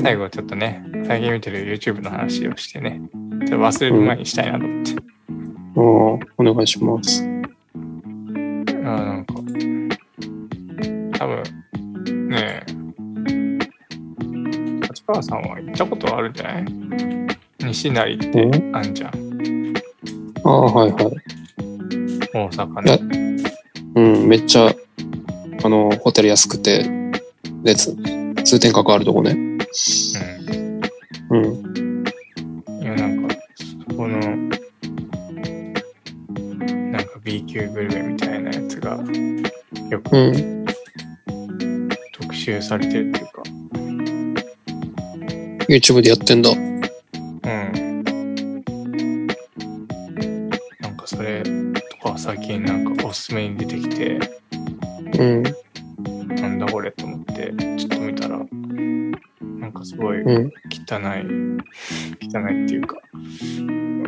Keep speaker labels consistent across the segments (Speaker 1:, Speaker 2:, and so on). Speaker 1: 最後ちょっとね、最近見てる YouTube の話をしてね、ちょっと忘れる前にしたいなと思って。
Speaker 2: ああ、お願いします。
Speaker 1: あーなんか、多分ねえ、立川さんは行ったことあるんじゃない西成って
Speaker 2: え
Speaker 1: あんじゃん、
Speaker 2: ああ、はいはい。
Speaker 1: 大阪ね。
Speaker 2: うん、めっちゃ、あの、ホテル安くて、で、つ通天閣あるとこね。うん。
Speaker 1: うん。いや、なんか、そこの、なんか B 級グルメみたいなやつが、よ
Speaker 2: う
Speaker 1: く
Speaker 2: ん。
Speaker 1: 特集されてるっていうか、
Speaker 2: YouTube でやってんだ。
Speaker 1: うん。なんかそれとか最近なんかおすすめに出てきて、
Speaker 2: うん。
Speaker 1: なんだこれと思って、ちょっと見たら、なんかすごい汚い、
Speaker 2: うん。
Speaker 1: 汚いっていうか、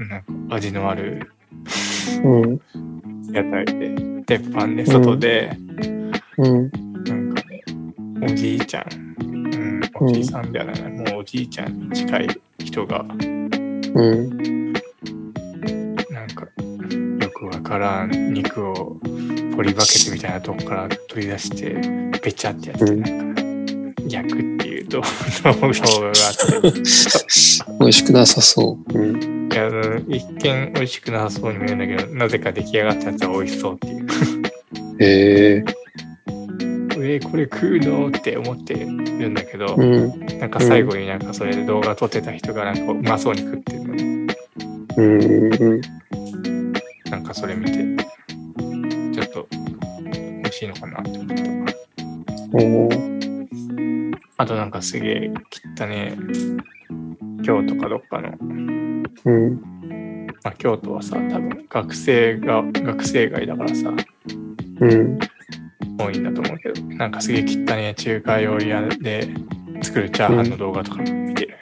Speaker 1: なんか味のある
Speaker 2: うん。
Speaker 1: 屋台で、鉄板で、外で、
Speaker 2: うん。
Speaker 1: なんかね、おじいちゃん、うん、おじいさんではない、もうおじいちゃんに近い人が、
Speaker 2: うん。
Speaker 1: なんか、よくわからん肉をポリバケツみたいなとこから取り出して、べちゃってやって、
Speaker 2: うん
Speaker 1: なんか、焼くっていう動画動画 があって、
Speaker 2: 美味しくなさそう。うん。
Speaker 1: いやあの一見美味しくなさそうに見えるんだけど、なぜか出来上がったやつは美味しそうっていう。
Speaker 2: へえ。
Speaker 1: え、これ食うのって思ってるんだけど、
Speaker 2: うん。
Speaker 1: なんか最後になんかそれで動画撮ってた人がなんかうまそうに食ってるのね。
Speaker 2: うん。うん。
Speaker 1: なんかそれ見て、ちょっと美味しいのかなって思った。
Speaker 2: おー
Speaker 1: あとなんかすげえ汚ね京都かどっかの、
Speaker 2: うん。
Speaker 1: まあ、京都はさ、多分学生が、学生街だからさ、
Speaker 2: うん。
Speaker 1: 多いんだと思うけど、なんかすげえ汚ね中華料理屋で作るチャーハンの動画とか見てる。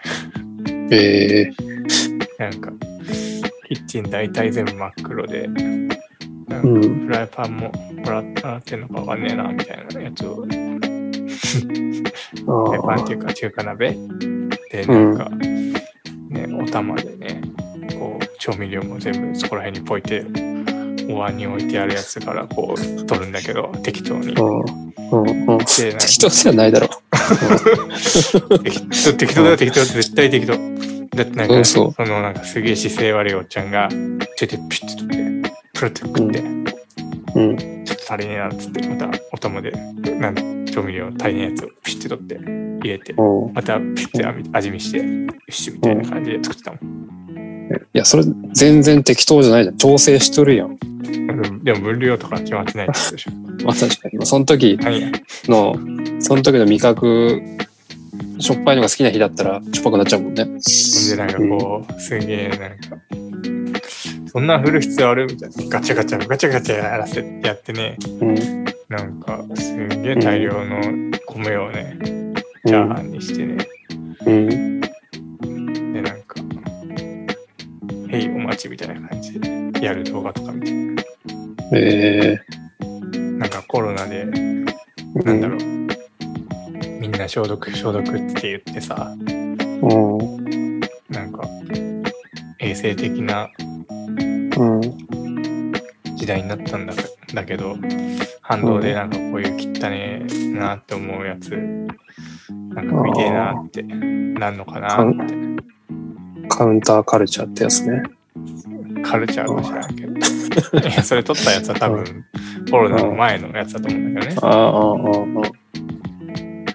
Speaker 2: へえ。
Speaker 1: なんか、キッチン大体全部真っ黒で、なん
Speaker 2: う
Speaker 1: か
Speaker 2: ん。
Speaker 1: フライパンももらってんのかわかんねえな、みたいなやつを、フライパン
Speaker 2: あ
Speaker 1: っ
Speaker 2: あ
Speaker 1: て。いうか中華鍋で、なんか、ね、お玉でね、こう、調味料も全部そこら辺にポイって、お椀に置いてあるやつからこう、取るんだけど、適当に。
Speaker 2: うん。
Speaker 1: でな
Speaker 2: うん。
Speaker 1: んか
Speaker 2: 適当じゃないだろ。
Speaker 1: 適当適当だよ適当だよ絶対適当だってなんか、
Speaker 2: うんそ
Speaker 1: そうのなんかすげえ姿勢悪いおっちゃんがちょいちょいピュッて取ってプロテ食って、
Speaker 2: うん。
Speaker 1: ちょっと足りねえなっつってまたお玉でなん調味料足りねえやつをピュッて取って入れて
Speaker 2: おー
Speaker 1: またピュッてあみ味見してよしみたいな感じで作ってたもん、
Speaker 2: いや、それ全然適当じゃないじゃん。調整しとるやん。
Speaker 1: うんでも分量とか決まってないってことでしょ
Speaker 2: まあ確かに。まあその時
Speaker 1: 何や
Speaker 2: の、その時の味覚、しょっぱいのが好きな日だったら、しょっぱくなっちゃうもんね。
Speaker 1: でなんかこう、すげえなんか、そんな振る必要あるみたいな。ガチャガチャ、ガチャガチャやらせやってね、
Speaker 2: うん。
Speaker 1: なんかすげえ大量の米をね、チャーハンにしてね、
Speaker 2: うん。
Speaker 1: でなんか、へいお待ちみたいな感じでやる動画とか見て、
Speaker 2: え
Speaker 1: なんかコロナで、
Speaker 2: ー。
Speaker 1: なんだろう、みんな消毒消毒って言ってさ、
Speaker 2: うん。
Speaker 1: なんか、衛生的な
Speaker 2: うん。
Speaker 1: 時代になったんだけだけど反動でなんかこういう汚ねえなって思うやつなんか見てえなってなんのかなって
Speaker 2: カウンターカルチャーってやつね。
Speaker 1: カルチャーかもしれないけどいやそれ撮ったやつは多分コロナの前のやつだと思うんだけどね
Speaker 2: ああ、ああ、あ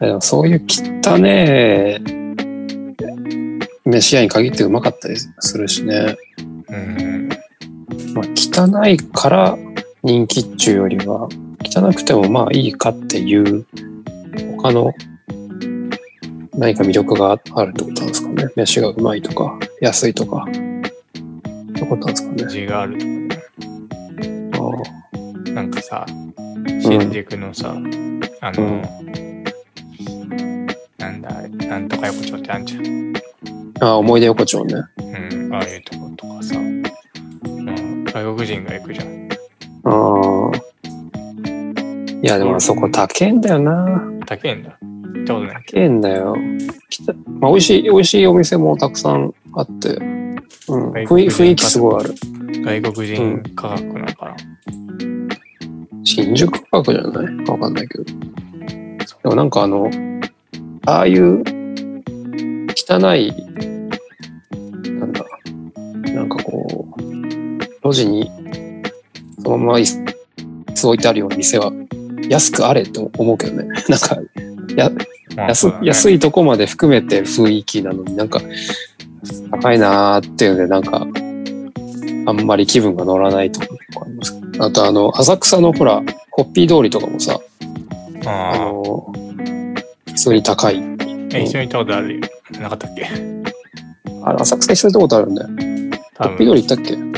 Speaker 2: あ。でもそういう汚ねえ、飯屋に限ってうまかったりするしね。
Speaker 1: うん
Speaker 2: まあ、汚いから人気っちゅうよりは、汚くてもまあいいかっていう、他の何か魅力があるってことなんですかね。飯がうまいとか、安いとか、ってことなんですかね。
Speaker 1: 字があるとかね
Speaker 2: ああ
Speaker 1: なんかさ新宿のさ、あの、
Speaker 2: うん
Speaker 1: なんだあれなんとか横丁ってあんじゃん
Speaker 2: ああ、思い出横丁ね。
Speaker 1: うんああいうとことかさ、まあ、外国人が行くじゃん
Speaker 2: ああ。いや、でもあそこ高いんだよな。
Speaker 1: 高えんだ。ったことないけ
Speaker 2: けえんだよ。きたまあ、美味しい、美味しいお店もたくさんあって、うん、
Speaker 1: はい
Speaker 2: 雰囲雰囲気すごいある。
Speaker 1: ど、外国人科学なのかな。
Speaker 2: 新宿パークじゃないわかんないけど。でもなんかあの、ああいう汚い、なんだ、なんかこう、路地にそのまま椅子椅子置いてあるような店は安くあれって思うけどね。 なんか
Speaker 1: まあ
Speaker 2: 安,、
Speaker 1: そうだね
Speaker 2: 安いとこまで含めて雰囲気なのになんか高いなーっていうのでなんかあんまり気分が乗らないところとかありますけどあとあの浅草のほらホッピー通りとかもさあ
Speaker 1: あ
Speaker 2: の普通に高い
Speaker 1: ーえ一緒に行ったことあるよ。なかったっけ
Speaker 2: あれ浅草一緒に行ったことあるんだよ
Speaker 1: 多
Speaker 2: ホッピー通
Speaker 1: 分
Speaker 2: り行ったっけ、うん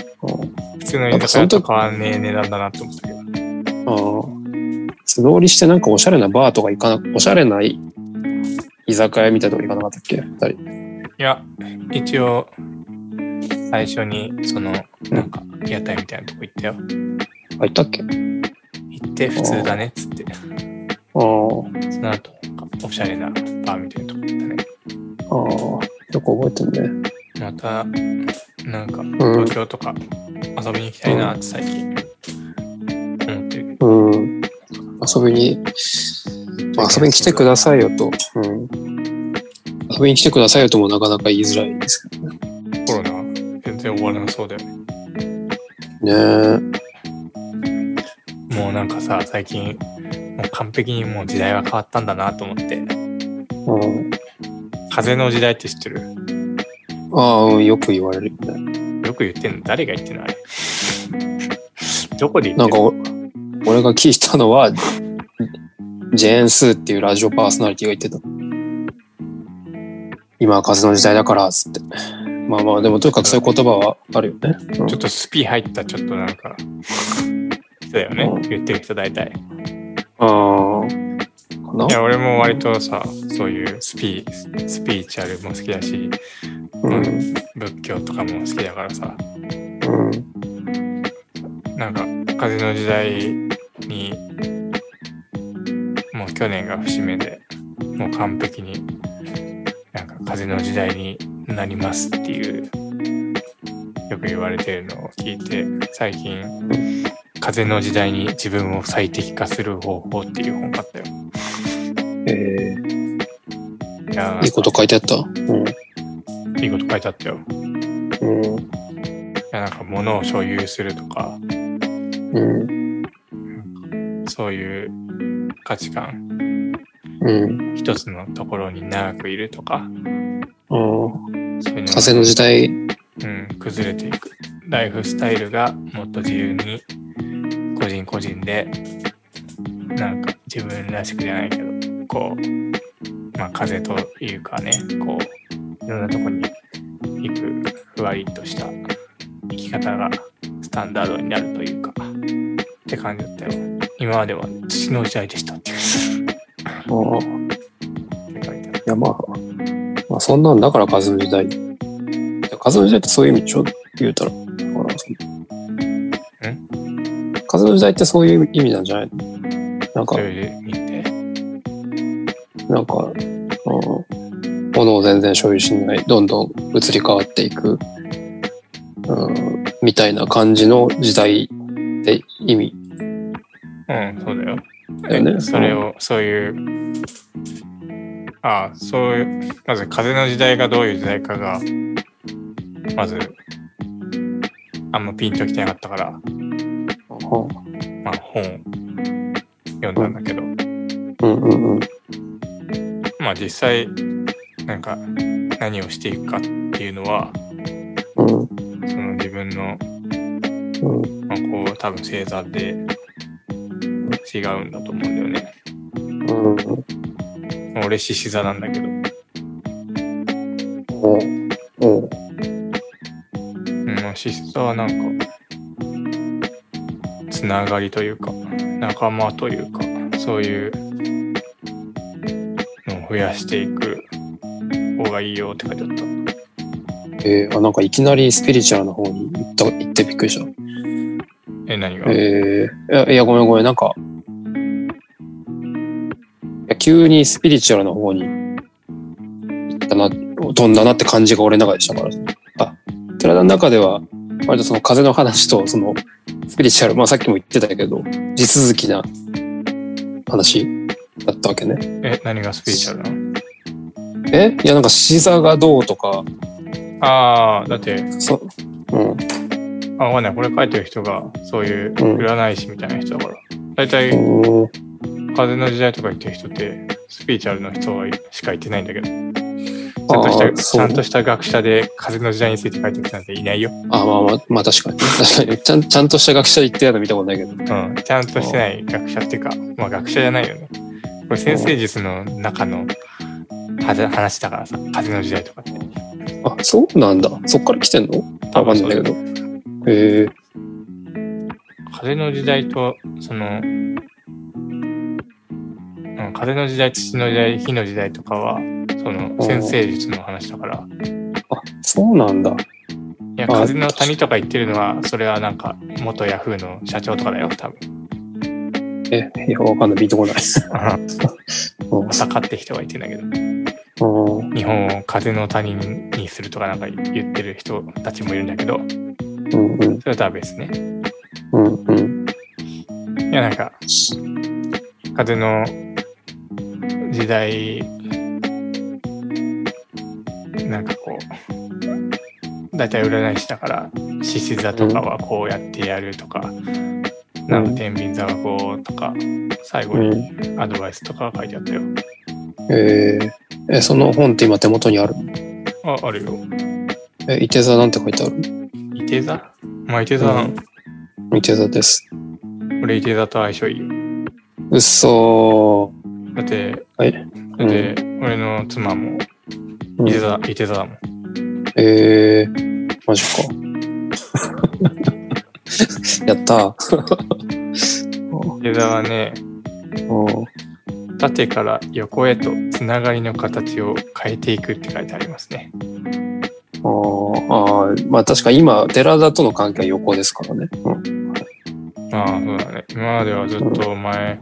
Speaker 1: 普通の居酒屋と変わんねえ値段だなと思ったけど。
Speaker 2: あー素通りしてなんかおしゃれなバーとか行かなおしゃれな居酒屋みたいなとこ行かなかったっけ二人
Speaker 1: いや、一応、最初に、その、なんか、屋台みたいなとこ行ったよ。
Speaker 2: あ行ったっけ
Speaker 1: 行って、普通だねっつって。
Speaker 2: あー
Speaker 1: その後、なんか、おしゃれなバーみたいなとこ行ったね。
Speaker 2: あーよく覚えてるね
Speaker 1: また、なんか、東京とか遊びに行きたいなって最近、思ってる。
Speaker 2: うん。遊びに、まあ遊びに来てくださいよと。うん。遊びに来てくださいよともなかなか言いづらいですけどね。
Speaker 1: コロナ、全然終わらなそうだよね。
Speaker 2: ね
Speaker 1: もうなんかさ、最近、もう完璧にもう時代は変わったんだなと思って。
Speaker 2: え。うん。
Speaker 1: 風の時代って知ってる
Speaker 2: ああ、うんよく言われるよね。
Speaker 1: よく言ってんの誰が言ってんのあれ。どこで言
Speaker 2: な
Speaker 1: っ
Speaker 2: ん
Speaker 1: て
Speaker 2: か
Speaker 1: んの
Speaker 2: お、俺が聞いたのは、ジェーン・スーっていうラジオパーソナリティが言ってた。今は風の時代だから、つって。まあまあ、でもとにかくそういう言葉はあるよね。うん
Speaker 1: ちょっとスピ入った、ちょっとなんか、人だよね
Speaker 2: うん。
Speaker 1: 言ってる人大体。
Speaker 2: ああ、かない
Speaker 1: や、俺も割とさ、そういうスピ、スピーチャルも好きだし、
Speaker 2: うん。
Speaker 1: 仏教とかも好きだからさ、
Speaker 2: うん。
Speaker 1: なんか風の時代にもう去年が節目でもう完璧になんか風の時代になりますっていうよく言われてるのを聞いて最近風の時代に自分を最適化する方法っていう本買ったよ。
Speaker 2: え
Speaker 1: いや
Speaker 2: ー、いいこと書いてあった。うん。
Speaker 1: いいこと書いてあったよ。い
Speaker 2: うん。
Speaker 1: やなんか物を所有するとか
Speaker 2: うん。
Speaker 1: そういう価値観
Speaker 2: うん。
Speaker 1: 一つのところに長くいるとか
Speaker 2: うん
Speaker 1: そういうのが
Speaker 2: 風の時代。
Speaker 1: うん、崩れていく。ライフスタイルがもっと自由に、個人個人で、なんか自分らしくじゃないけど、こう、まあ風というかね、こう、いろんなとこに行く、ふわりっとした生き方がスタンダードになるというか、って感じだったよ。今までは土の時代でしたっていうっ
Speaker 2: い
Speaker 1: て書いてある。
Speaker 2: や、まあ、まあ、そんなんだから風の時代。風の時代ってそういう意味でしょ言うたら。だからその風の時代ってそういう意味なんじゃないのなんか
Speaker 1: そ、れで見て。
Speaker 2: なんか、うん、物を全然所有しない、どんどん移り変わっていく、うん、みたいな感じの時代って意味
Speaker 1: うん、そうだよ。
Speaker 2: だよね。
Speaker 1: それを、そういう、ああ、そういう、まず風の時代がどういう時代かが、まず、あんまピンときてなかったから、
Speaker 2: うん。
Speaker 1: まあ本を読んだんだけど、
Speaker 2: うんうんうん。
Speaker 1: まあ実際、なんか何をしていくかっていうのは、
Speaker 2: うん
Speaker 1: その自分の、
Speaker 2: うん
Speaker 1: まあこう多分星座で違うんだと思うんだよね。
Speaker 2: うん。
Speaker 1: 俺獅子座なんだけど、
Speaker 2: おお
Speaker 1: うん、シスターはなんか、つながりというか、仲間というか、そういうのを増やしていく方がいいよって書いてあった。
Speaker 2: えー、あなんかいきなりスピリチュアルの方に行った行ってびっくりし
Speaker 1: え、何
Speaker 2: た。
Speaker 1: が
Speaker 2: えー、いやいやごめんごめんなんか結急にスピリチュアルな方に行ったな、飛んだなって感じが俺の中でしたから、あ、寺田の中では、割とその風の話と、その、スピリチュアル、まあさっきも言ってたけど、地続きな話だったわけね。
Speaker 1: え、何がスピリチュアルなの
Speaker 2: えいや、なんかシザがどうとか、
Speaker 1: ああ、だって、
Speaker 2: そ、うん、
Speaker 1: あ、わかんない。これ書いてる人が、そういう占い師みたいな人だから。大体、
Speaker 2: うん、
Speaker 1: 風の時代とか言ってる人って、スピリチュアルの人しか言ってないんだけど、ちゃんとした、ちゃんとした学者で風の時代について書いてる人なんていないよ。
Speaker 2: あ、まあまあ、まあ確かに。確かに。ちゃん、ちゃんとした学者言ってやるの見たことないけど。
Speaker 1: うん。ちゃんとしてない学者っていうか、まあ学者じゃないよね。これ先生術の中の話話だからさ、風の時代とかって。
Speaker 2: あ、そうなんだ。そっから来てんのわかんないんだけど。へえ
Speaker 1: 風の時代と、その、うん、風の時代、土の時代、火の時代とかは、その、先生術の話だから、
Speaker 2: あ、そうなんだ。
Speaker 1: いや、
Speaker 2: あ
Speaker 1: 風の谷とか言ってるのは、それはなんか、元ヤフーの社長とかだよ、多分。
Speaker 2: え、いや、わかんない。見てこない。 うん
Speaker 1: 浅香って人がいてんだけど、
Speaker 2: うん
Speaker 1: 日本を風の谷にするとかなんか言ってる人たちもいるんだけど、
Speaker 2: うん
Speaker 1: それとは別ね。
Speaker 2: うんうん
Speaker 1: いや、なんか、風の時代、なんかこう、だいたい占い師だから、獅子座とかはこうやってやるとか、なんか天秤座はこうとか、最後
Speaker 2: う
Speaker 1: に
Speaker 2: ん。
Speaker 1: アドバイスとかが書いてあったよ。
Speaker 2: えーえ、その本って今手元にあるの
Speaker 1: あ、あるよ。
Speaker 2: え、伊手座なんて書いてある
Speaker 1: 伊手座まあ、伊手座なの、
Speaker 2: の伊手座です。
Speaker 1: 俺伊手座と相性いいよ。
Speaker 2: うっそ
Speaker 1: だって、
Speaker 2: はい
Speaker 1: だって、俺の妻も
Speaker 2: ー。
Speaker 1: 伊手座、伊手座だもん。
Speaker 2: えー、マジか。 やった
Speaker 1: 伊手座はね、
Speaker 2: ー。
Speaker 1: 縦から横へとつながりの形を変えていくって書いてありますね。
Speaker 2: あーあー、まあ確か今、寺田との関係は横ですからね。うん、
Speaker 1: ああ、そうだね。今まではずっとお前、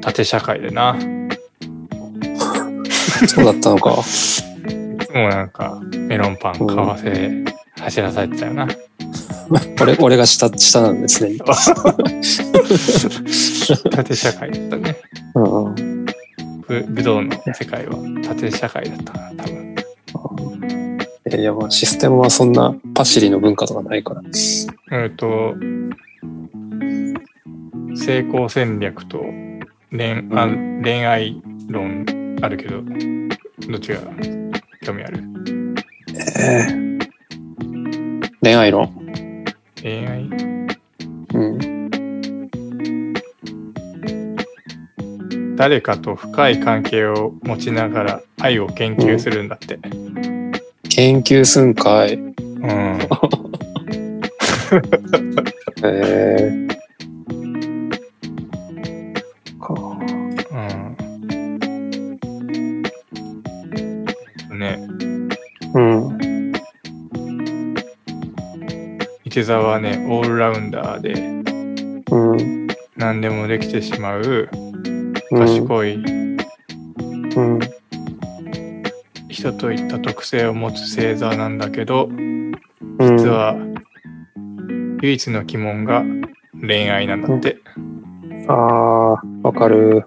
Speaker 1: 縦社会でな。い
Speaker 2: そうだったのか。
Speaker 1: つもなんか、メロンパン買わせ、走らされてたよ な。
Speaker 2: 俺、俺が下、下なんですね。
Speaker 1: 縦社会だったね。
Speaker 2: うんうん。
Speaker 1: ぶ武道の世界は縦社会だったな、多分。
Speaker 2: いやいや、まあシステムはそんなパシリの文化とかないから。
Speaker 1: えっと、成功戦略と恋,、あ恋愛論あるけど、どっちが興味ある
Speaker 2: ええ恋愛論。
Speaker 1: 恋愛
Speaker 2: うん。
Speaker 1: 誰かと深い関係を持ちながら愛を研究するんだって。
Speaker 2: 研究すんかい。
Speaker 1: うん。
Speaker 2: ええか
Speaker 1: うん。ね、
Speaker 2: うん。
Speaker 1: 伊手座はね、オールラウンダーで
Speaker 2: うん。
Speaker 1: 何でもできてしまう
Speaker 2: うん。
Speaker 1: 賢い
Speaker 2: うん。
Speaker 1: 人といった特性を持つ星座なんだけど、
Speaker 2: うん
Speaker 1: 実は唯一の鬼門が恋愛なんだって。
Speaker 2: ああ、わかる。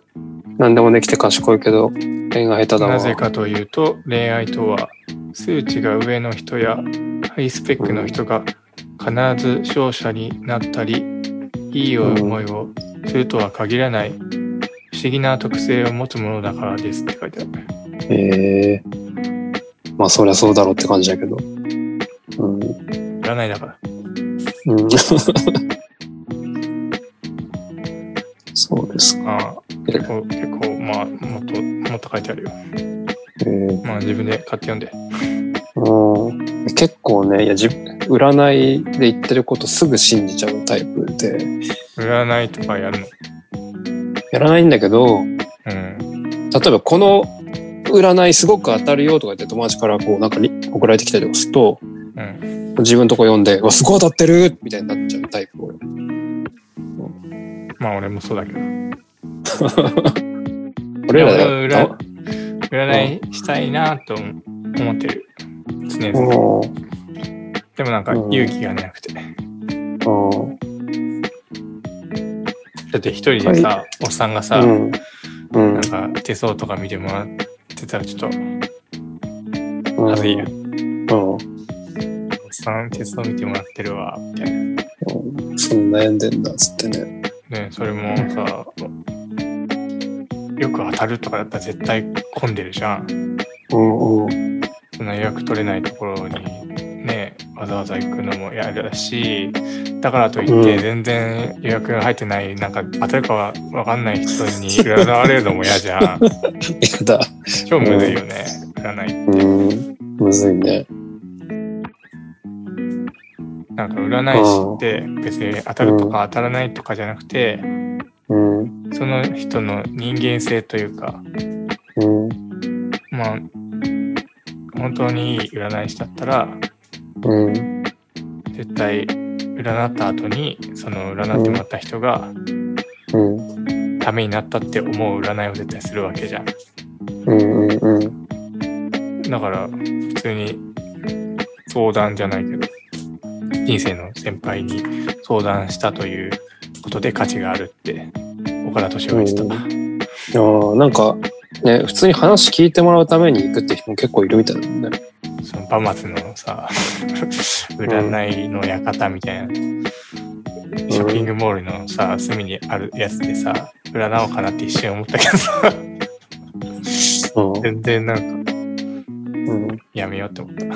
Speaker 2: 何でもできて賢いけど、恋が下手だわ。
Speaker 1: なぜ。かというと恋愛とは数値が上の人やハイスペックの人が必ず勝者になったりいい思いをするとは限らない不思議な特性を持つものだからですって書いてある。
Speaker 2: ええまあ、そりゃそうだろうって感じだけど。うん。
Speaker 1: 占いだから。
Speaker 2: うん。そうですか。
Speaker 1: ああ結構、結構、まあ、もっと、もっと書いてあるよ。
Speaker 2: えー
Speaker 1: まあ自分で買って読んで。
Speaker 2: うん、結構ね、いや、自分、占いで言ってることすぐ信じちゃうタイプで、
Speaker 1: 占いとかやるの。
Speaker 2: やらないんだけど、
Speaker 1: うん。
Speaker 2: 例えばこの占いすごく当たるよとか言って友達からこうなんかに送られてきたりとかすると、
Speaker 1: うん。
Speaker 2: 自分のとこ読んで、うわ、すごい当たってるみたいになっちゃうタイプ、俺。
Speaker 1: まあ俺もそうだけど。
Speaker 2: 俺ら
Speaker 1: いや
Speaker 2: だよ。
Speaker 1: 占いしたいなと思ってる。常
Speaker 2: お
Speaker 1: 々。
Speaker 2: おー
Speaker 1: でもなんか
Speaker 2: うん
Speaker 1: 勇気がなくて。
Speaker 2: おー
Speaker 1: だって一人でさ、おっさんがさ、
Speaker 2: うん。うん。
Speaker 1: なんか手相とか見てもらってたらちょっと、
Speaker 2: うん
Speaker 1: あといいや
Speaker 2: うん。
Speaker 1: おっさん手相見てもらってるわ、みたいな。
Speaker 2: うんそんな悩んでんだっつってね。
Speaker 1: ねそれもさ、よく当たるとかだったら絶対混んでるじゃん。
Speaker 2: うんうん。
Speaker 1: そんな予約取れないところにね、わざわざ行くのも嫌だし、だからといって
Speaker 2: うん
Speaker 1: 全然予約が入ってない、なんか当たるかはわかんない人に占われるのも嫌じ ゃん。
Speaker 2: やだ。
Speaker 1: 超むずいよね、占いって
Speaker 2: うん。むずいね。
Speaker 1: なんか占い師って別に当たるとか当たらないとかじゃなくて、
Speaker 2: うん。うん。
Speaker 1: その人の人間性というか、
Speaker 2: うん。
Speaker 1: まあ、本当にいい占い師だったら、
Speaker 2: うん。
Speaker 1: 絶対占った後に、その占ってもらった人が
Speaker 2: うん。
Speaker 1: ためになったって思う占いを絶対するわけじゃん。
Speaker 2: うん。うん。
Speaker 1: だから、普通に相談じゃないけど、人生の先輩に相談したということで価値があるって、岡田敏夫が言ってた。
Speaker 2: うんああ、なんか、ね、普通に話聞いてもらうために行くって人も結構いるみたいだもんね。
Speaker 1: そのバマツのさ、占いの館みたいな、ショッピングモールのさ、隅にあるやつでさ、占おうかなって一瞬思ったけど さ、
Speaker 2: う
Speaker 1: 全然なんか
Speaker 2: ん。うん。
Speaker 1: やめようって思った。
Speaker 2: あ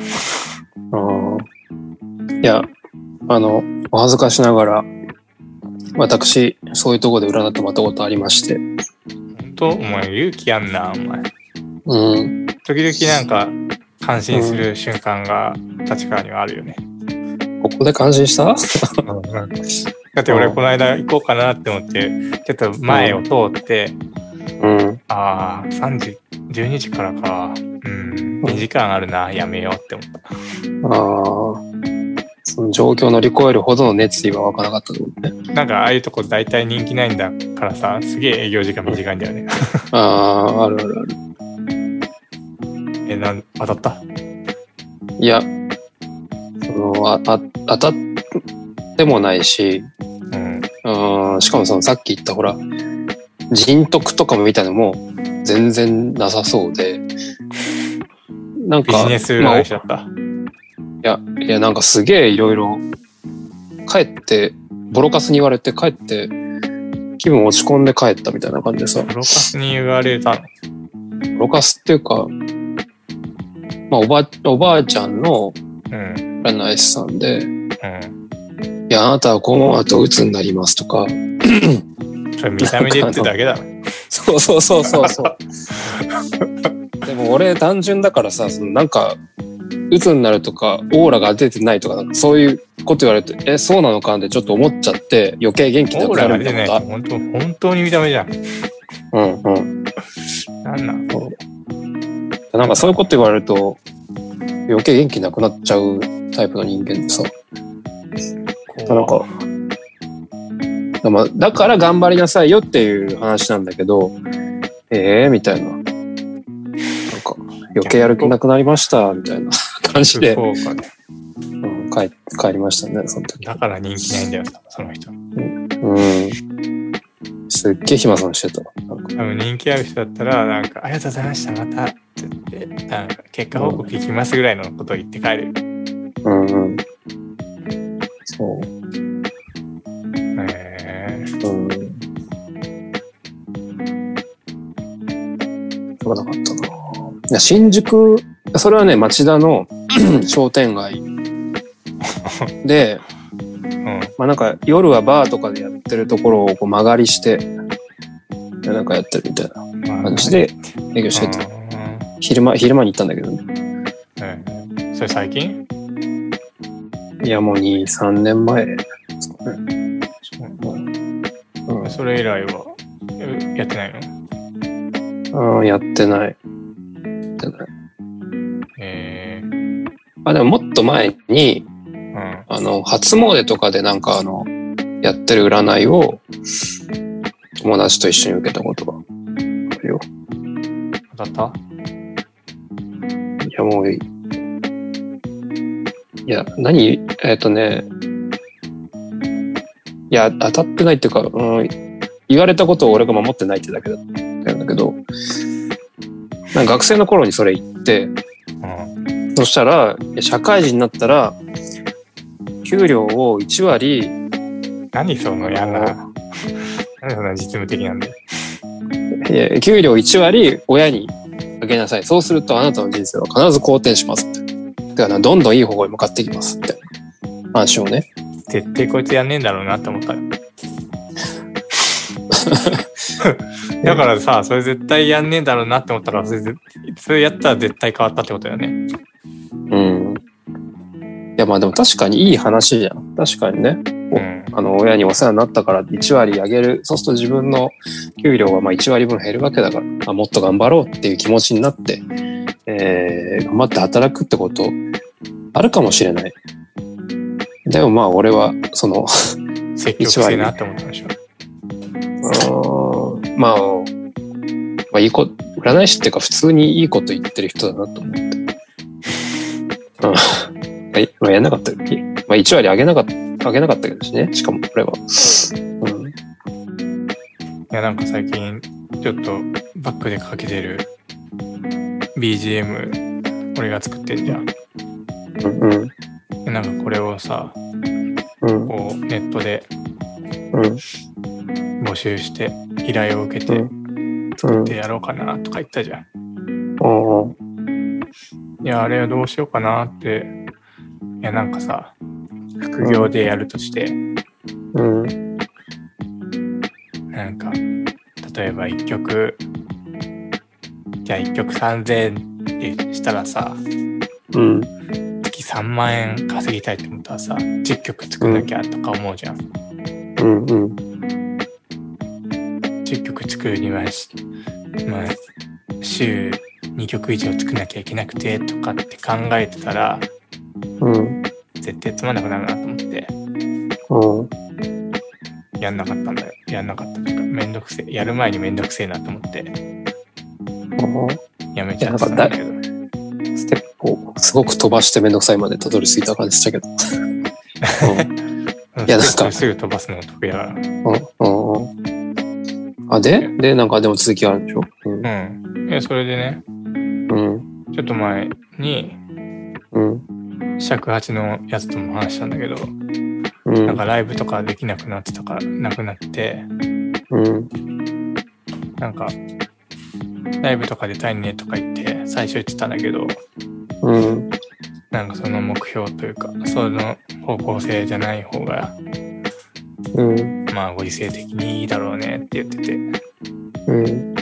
Speaker 2: あ。いや、あの、お恥ずかしながら、私、そういうとこで占ってもらったことありまして。
Speaker 1: 本当お前勇気あんな、お前。
Speaker 2: うん。
Speaker 1: 時々なんか感心する瞬間が立川にはあるよね。
Speaker 2: ここで感心した
Speaker 1: だって俺この間行こうかなって思って、ちょっと前を通って、
Speaker 2: うん。
Speaker 1: ああ、3時、12時からか。うん、2時間あるな、やめようって思った。
Speaker 2: ああ。その状況を乗り越えるほどの熱意は湧かなかったと思うね。
Speaker 1: なんかああいうとこ大体人気ないんだからさ、すげえ営業時間短いんだよね。
Speaker 2: ああ、あるあるある。
Speaker 1: え、なん、当たった
Speaker 2: いや、その、あ、あ、当たってもないし、
Speaker 1: うん。
Speaker 2: うん、しかもそのさっき言ったほら、人徳とかもみたいなのも全然なさそうで、なん
Speaker 1: ビ
Speaker 2: か、
Speaker 1: ジネス
Speaker 2: まあ
Speaker 1: 占い師だった。
Speaker 2: いや、いや、なんかすげえいろいろ、帰って、ボロカスに言われて帰って、気分落ち込んで帰ったみたいな感じでさ、
Speaker 1: プロカスに言われたの。
Speaker 2: ボロカスっていうか、まあ、おば、おばあちゃんの
Speaker 1: うん。
Speaker 2: 占い師さんで、
Speaker 1: う
Speaker 2: いや、あなたはこの後鬱になりますとか、
Speaker 1: ん。それ見た目で言ってるだけだろ。
Speaker 2: そうそうそうそうそう。でも俺単純だからさ、そのなんか、鬱になるとか、オーラが出てないとか、なんかそういうこと言われると、え、そうなのかなってちょっと思っちゃって、余計元気な
Speaker 1: オー
Speaker 2: く
Speaker 1: ラ
Speaker 2: なる
Speaker 1: が
Speaker 2: み
Speaker 1: 出
Speaker 2: た
Speaker 1: て
Speaker 2: い
Speaker 1: な
Speaker 2: な
Speaker 1: い
Speaker 2: こ
Speaker 1: 人
Speaker 2: とあ
Speaker 1: 本当、本当に見た目じゃん。
Speaker 2: うんうん。
Speaker 1: なんなん
Speaker 2: なんかそういうこと言われると、余計元気なくなっちゃうタイプの人間でさ、なん
Speaker 1: こ
Speaker 2: か、だまあだから頑張りなさいよっていう話なんだけど、ええー、みたいな。なんか、余計やる気なくなりました、みたいな 感じ
Speaker 1: う
Speaker 2: で、
Speaker 1: そうかね。
Speaker 2: うん帰帰りましたね、その時。
Speaker 1: だから人気ないんだよ、その人。
Speaker 2: うん。すっげえ暇さんしてた。なんか
Speaker 1: 多分人気ある人だったら、なんか、ありがとうございました、また、って言って、なんか、結果報告聞きますぐらいのことを言って帰る。
Speaker 2: うんうん。そう。
Speaker 1: えー
Speaker 2: うん。しょうがなかったな。いや新宿、それはね、町田の 商店 街で、
Speaker 1: うん。
Speaker 2: まあなんか夜はバーとかでやってるところをこう曲がりして、でなんかやってるみたいな
Speaker 1: まあ
Speaker 2: 感じで営業してて、
Speaker 1: う
Speaker 2: 昼間、昼間に行ったんだけどね。
Speaker 1: んうんそれ最近
Speaker 2: いやもう2、3年前ですかね。うん
Speaker 1: それ以来はえやってないの
Speaker 2: うん、やってない。やってない。
Speaker 1: え
Speaker 2: あ、でももっと前に、
Speaker 1: ー、うん。
Speaker 2: あの、初詣とかでなんかあの、やってる占いを友達と一緒に受けたことがあるよ。
Speaker 1: だった
Speaker 2: いや、もう、いや、何、えっ、とね、いや、当たってないっていうか、うん、言われたことを俺が守ってないってだけだったんだけど、なんか学生の頃にそれ言って、
Speaker 1: うん。
Speaker 2: そしたら、いや社会人になったら、給料を1割、
Speaker 1: 何その嫌
Speaker 2: あ
Speaker 1: な、 何そんな実務的なんだよ。
Speaker 2: いや給料1割親にあげなさい。そうするとあなたの人生は必ず好転しますって。だから、どんどんいい方向に向かっていきますって。話をね。
Speaker 1: 絶対こいつやんねえんだろうなって思ったよ。だからさ、それ絶対やんねえんだろうなって思ったら、それぜそれやったら絶対変わったってことだよね。
Speaker 2: うん。いや、まあでも確かにいい話じゃん。確かにね。
Speaker 1: うん。
Speaker 2: あの、親にお世話になったから1割上げる。そうすると自分の給料がまあ1割分減るわけだから、あもっと頑張ろうっていう気持ちになって、えー、頑張って働くってこと、あるかもしれない。でもまあ俺は、その、
Speaker 1: 積極性なって思ったんでしょ。
Speaker 2: うーんまあ、まあいいこ、占い師っていうか普通にいいこと言ってる人だなと思って。うん。はい、まあ、やんなかったっけまあ1割上げなかった、上げなかったけどしね。しかもこれは。うん。
Speaker 1: いや、なんか最近、ちょっとバックでかけてる BGM、俺が作ってんじゃん。
Speaker 2: うん。
Speaker 1: でなんかこれをさ、
Speaker 2: うん。
Speaker 1: こうネットで
Speaker 2: うん。
Speaker 1: 募集して、依頼を受け
Speaker 2: う
Speaker 1: て
Speaker 2: ん。
Speaker 1: 作ってやろうかなとか言ったじゃん。
Speaker 2: うん。
Speaker 1: いや、あれはどうしようかなって。いや、なんかさ、副業でやるとして、
Speaker 2: うん。
Speaker 1: なんか、例えば1曲、じゃあ1曲3000ってしたらさ、
Speaker 2: うん。
Speaker 1: 月3万円稼ぎたいって思ったらさ、10曲作んなきゃとか思うじゃん。
Speaker 2: うん。うん。
Speaker 1: 10曲作るには、しまあ、週2曲以上作んなきゃいけなくてとかって考えてたら、
Speaker 2: うん。
Speaker 1: 絶対つまんなくなるなと思って、
Speaker 2: うん。
Speaker 1: やんなかったんだよ。やんなかったっていうか、めんどくせえ、やる前にめんどくせえなと思って、やめちゃったんだけど。
Speaker 2: ステップをすごく飛ばしてめんどくさいまでたどり着いた感じしたけど。
Speaker 1: うん
Speaker 2: いやなんか
Speaker 1: すぐ飛ばすのが得意だか
Speaker 2: うん。うん。うん。あ、でで、なんかでも続きあるんでしょうん。
Speaker 1: ら。うん。いや、それでね、
Speaker 2: うん。
Speaker 1: ちょっと前に、
Speaker 2: うん。
Speaker 1: 尺八のやつとも話したんだけど、
Speaker 2: うん。
Speaker 1: なんかライブとかできなくなってたから、なくなって、
Speaker 2: うん。
Speaker 1: なんか、ライブとか出たいねとか言って、最初言ってたんだけど、
Speaker 2: うん。
Speaker 1: なんかその目標というか、その方向性じゃない方が、
Speaker 2: うん。
Speaker 1: まあご時世的にいいだろうねって言ってて、
Speaker 2: うん。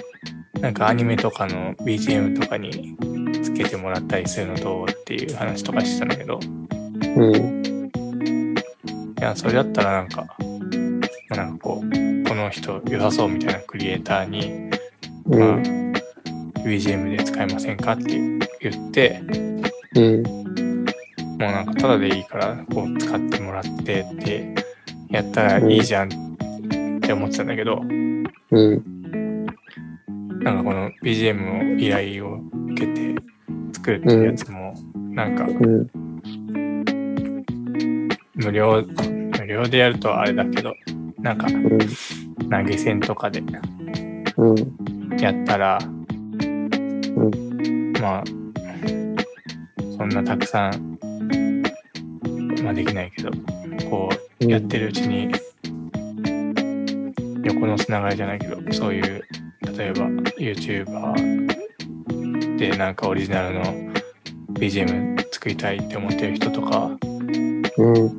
Speaker 1: なんかアニメとかの BGM とかにつけてもらったりするのどうっていう話とかしてたんだけど、
Speaker 2: うん。
Speaker 1: いや、それだったらなんか、まあなんかこう、この人良さそうみたいなクリエイターに、
Speaker 2: う
Speaker 1: まあ
Speaker 2: ん。、
Speaker 1: BGM で使えませんかって言って、
Speaker 2: うん。
Speaker 1: もうなんかタダでいいからこう使ってもらってってやったらいいじゃんって思ってたんだけど、
Speaker 2: うん。
Speaker 1: なんかこの BGM を依頼を受けて作るっていうやつも、なんか
Speaker 2: うん。
Speaker 1: 無料、無料でやるとあれだけど、なんか投げ銭とかで
Speaker 2: うん。
Speaker 1: やったら、まあ、そんなたくさん、まあできないけど、こう、
Speaker 2: うん。
Speaker 1: やってるうちに、横のつながりじゃないけど、そういう、例えば YouTuber でなんかオリジナルの BGM 作りたいって思ってる人とか、
Speaker 2: うん。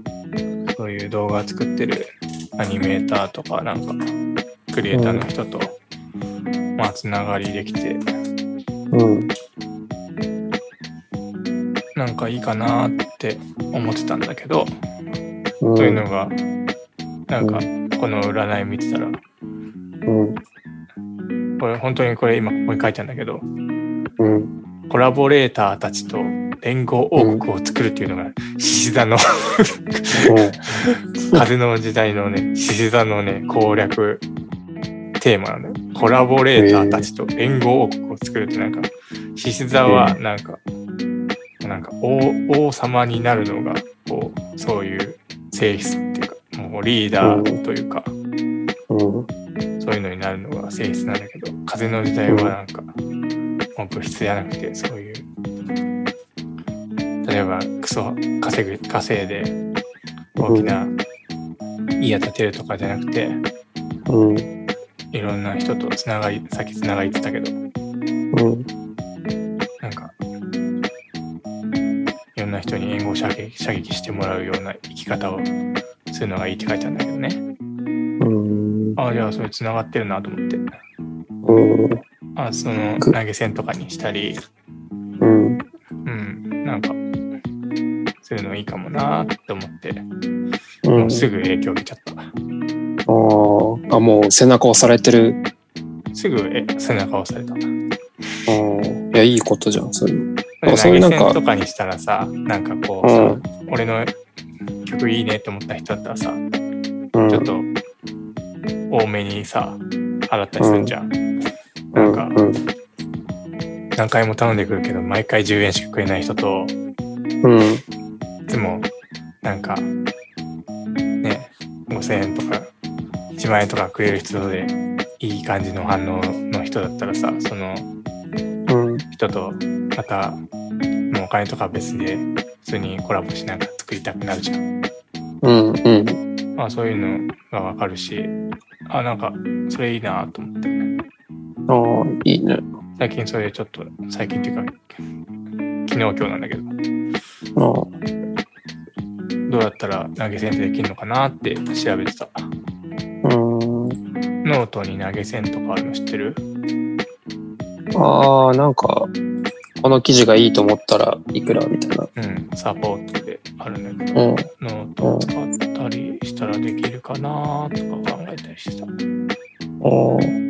Speaker 1: そういう動画作ってるアニメーターとか、なんかクリエイターの人と、まあつながりできて、
Speaker 2: うん。
Speaker 1: なんかいいかなって思ってたんだけど、
Speaker 2: うん。
Speaker 1: というのが、なんかこの占い見てたら、
Speaker 2: うん。
Speaker 1: これ本当にこれ今ここに書いてあるんだけど、
Speaker 2: うん。
Speaker 1: コラボレーターたちと連合王国を作るっていうのが、獅子座の、風の時代のね、獅子座のね、攻略テーマなんだよ。コラボレーターたちと連合王国を作るってなんか、獅子座はなんか、なんか王王様になるのが、こう、そういう性質っていうか、もうリーダーというか、
Speaker 2: うん。
Speaker 1: そういうのになるのが性質なんだけど、風の時代はなんか、もう物質じゃなくて、そういう、例えばクソ稼ぐ、稼いで大きな家建てるとかじゃなくて、
Speaker 2: うん。
Speaker 1: いろんな人とつながり、さっきつながりって言ったけど、
Speaker 2: うん。
Speaker 1: なんか、いろんな人に援護射撃射撃してもらうような生き方をするのがいいって書いてあるんだけどね。
Speaker 2: うん。
Speaker 1: ああ、じゃあそれつながってるなと思って。
Speaker 2: うん。
Speaker 1: あその投げ銭とかにしたり、
Speaker 2: うん。
Speaker 1: うん、なんか、そういうのいいかもなーって思って、
Speaker 2: う
Speaker 1: も
Speaker 2: ん
Speaker 1: う。すぐ影響受けちゃった。
Speaker 2: あーあ、もう背中押されてる。
Speaker 1: すぐえ背中押された。
Speaker 2: あーいや、いいことじゃん、それ。うん。
Speaker 1: 投げ
Speaker 2: そういうなんか
Speaker 1: 銭とかにしたらさ、なんかこうさ、俺の曲いいねって思った人だったらさ、
Speaker 2: うん
Speaker 1: ちょっと多めにさ、払ったりするじゃん。なんか
Speaker 2: うん。
Speaker 1: 何回も頼んでくるけど、毎回10円しかくれない人と、
Speaker 2: うん。
Speaker 1: いつも、なんか、ね、5000円とか、1万円とかくれる人で、いい感じの反応の人だったらさ、その
Speaker 2: うん。
Speaker 1: 人と、また、もうお金とか別で、普通にコラボしながら作りたくなるじゃん。
Speaker 2: うん。うん。
Speaker 1: まあそういうのがわかるし、あ、なんか、それいいなと思って。
Speaker 2: ああ、いいね。
Speaker 1: 最近それちょっと、最近っていうか、昨日今日なんだけど、
Speaker 2: あー
Speaker 1: どうやったら投げ銭ってできるのかなって調べてた。
Speaker 2: うん。
Speaker 1: ノートに投げ銭とかあるの知ってる
Speaker 2: ああ、なんか、この記事がいいと思ったらいくらみたいな。
Speaker 1: うん、サポートであるんだけ
Speaker 2: う
Speaker 1: ど、
Speaker 2: ん。
Speaker 1: ノートを使ったりしたらできるかなとか考えたりしてた。
Speaker 2: あー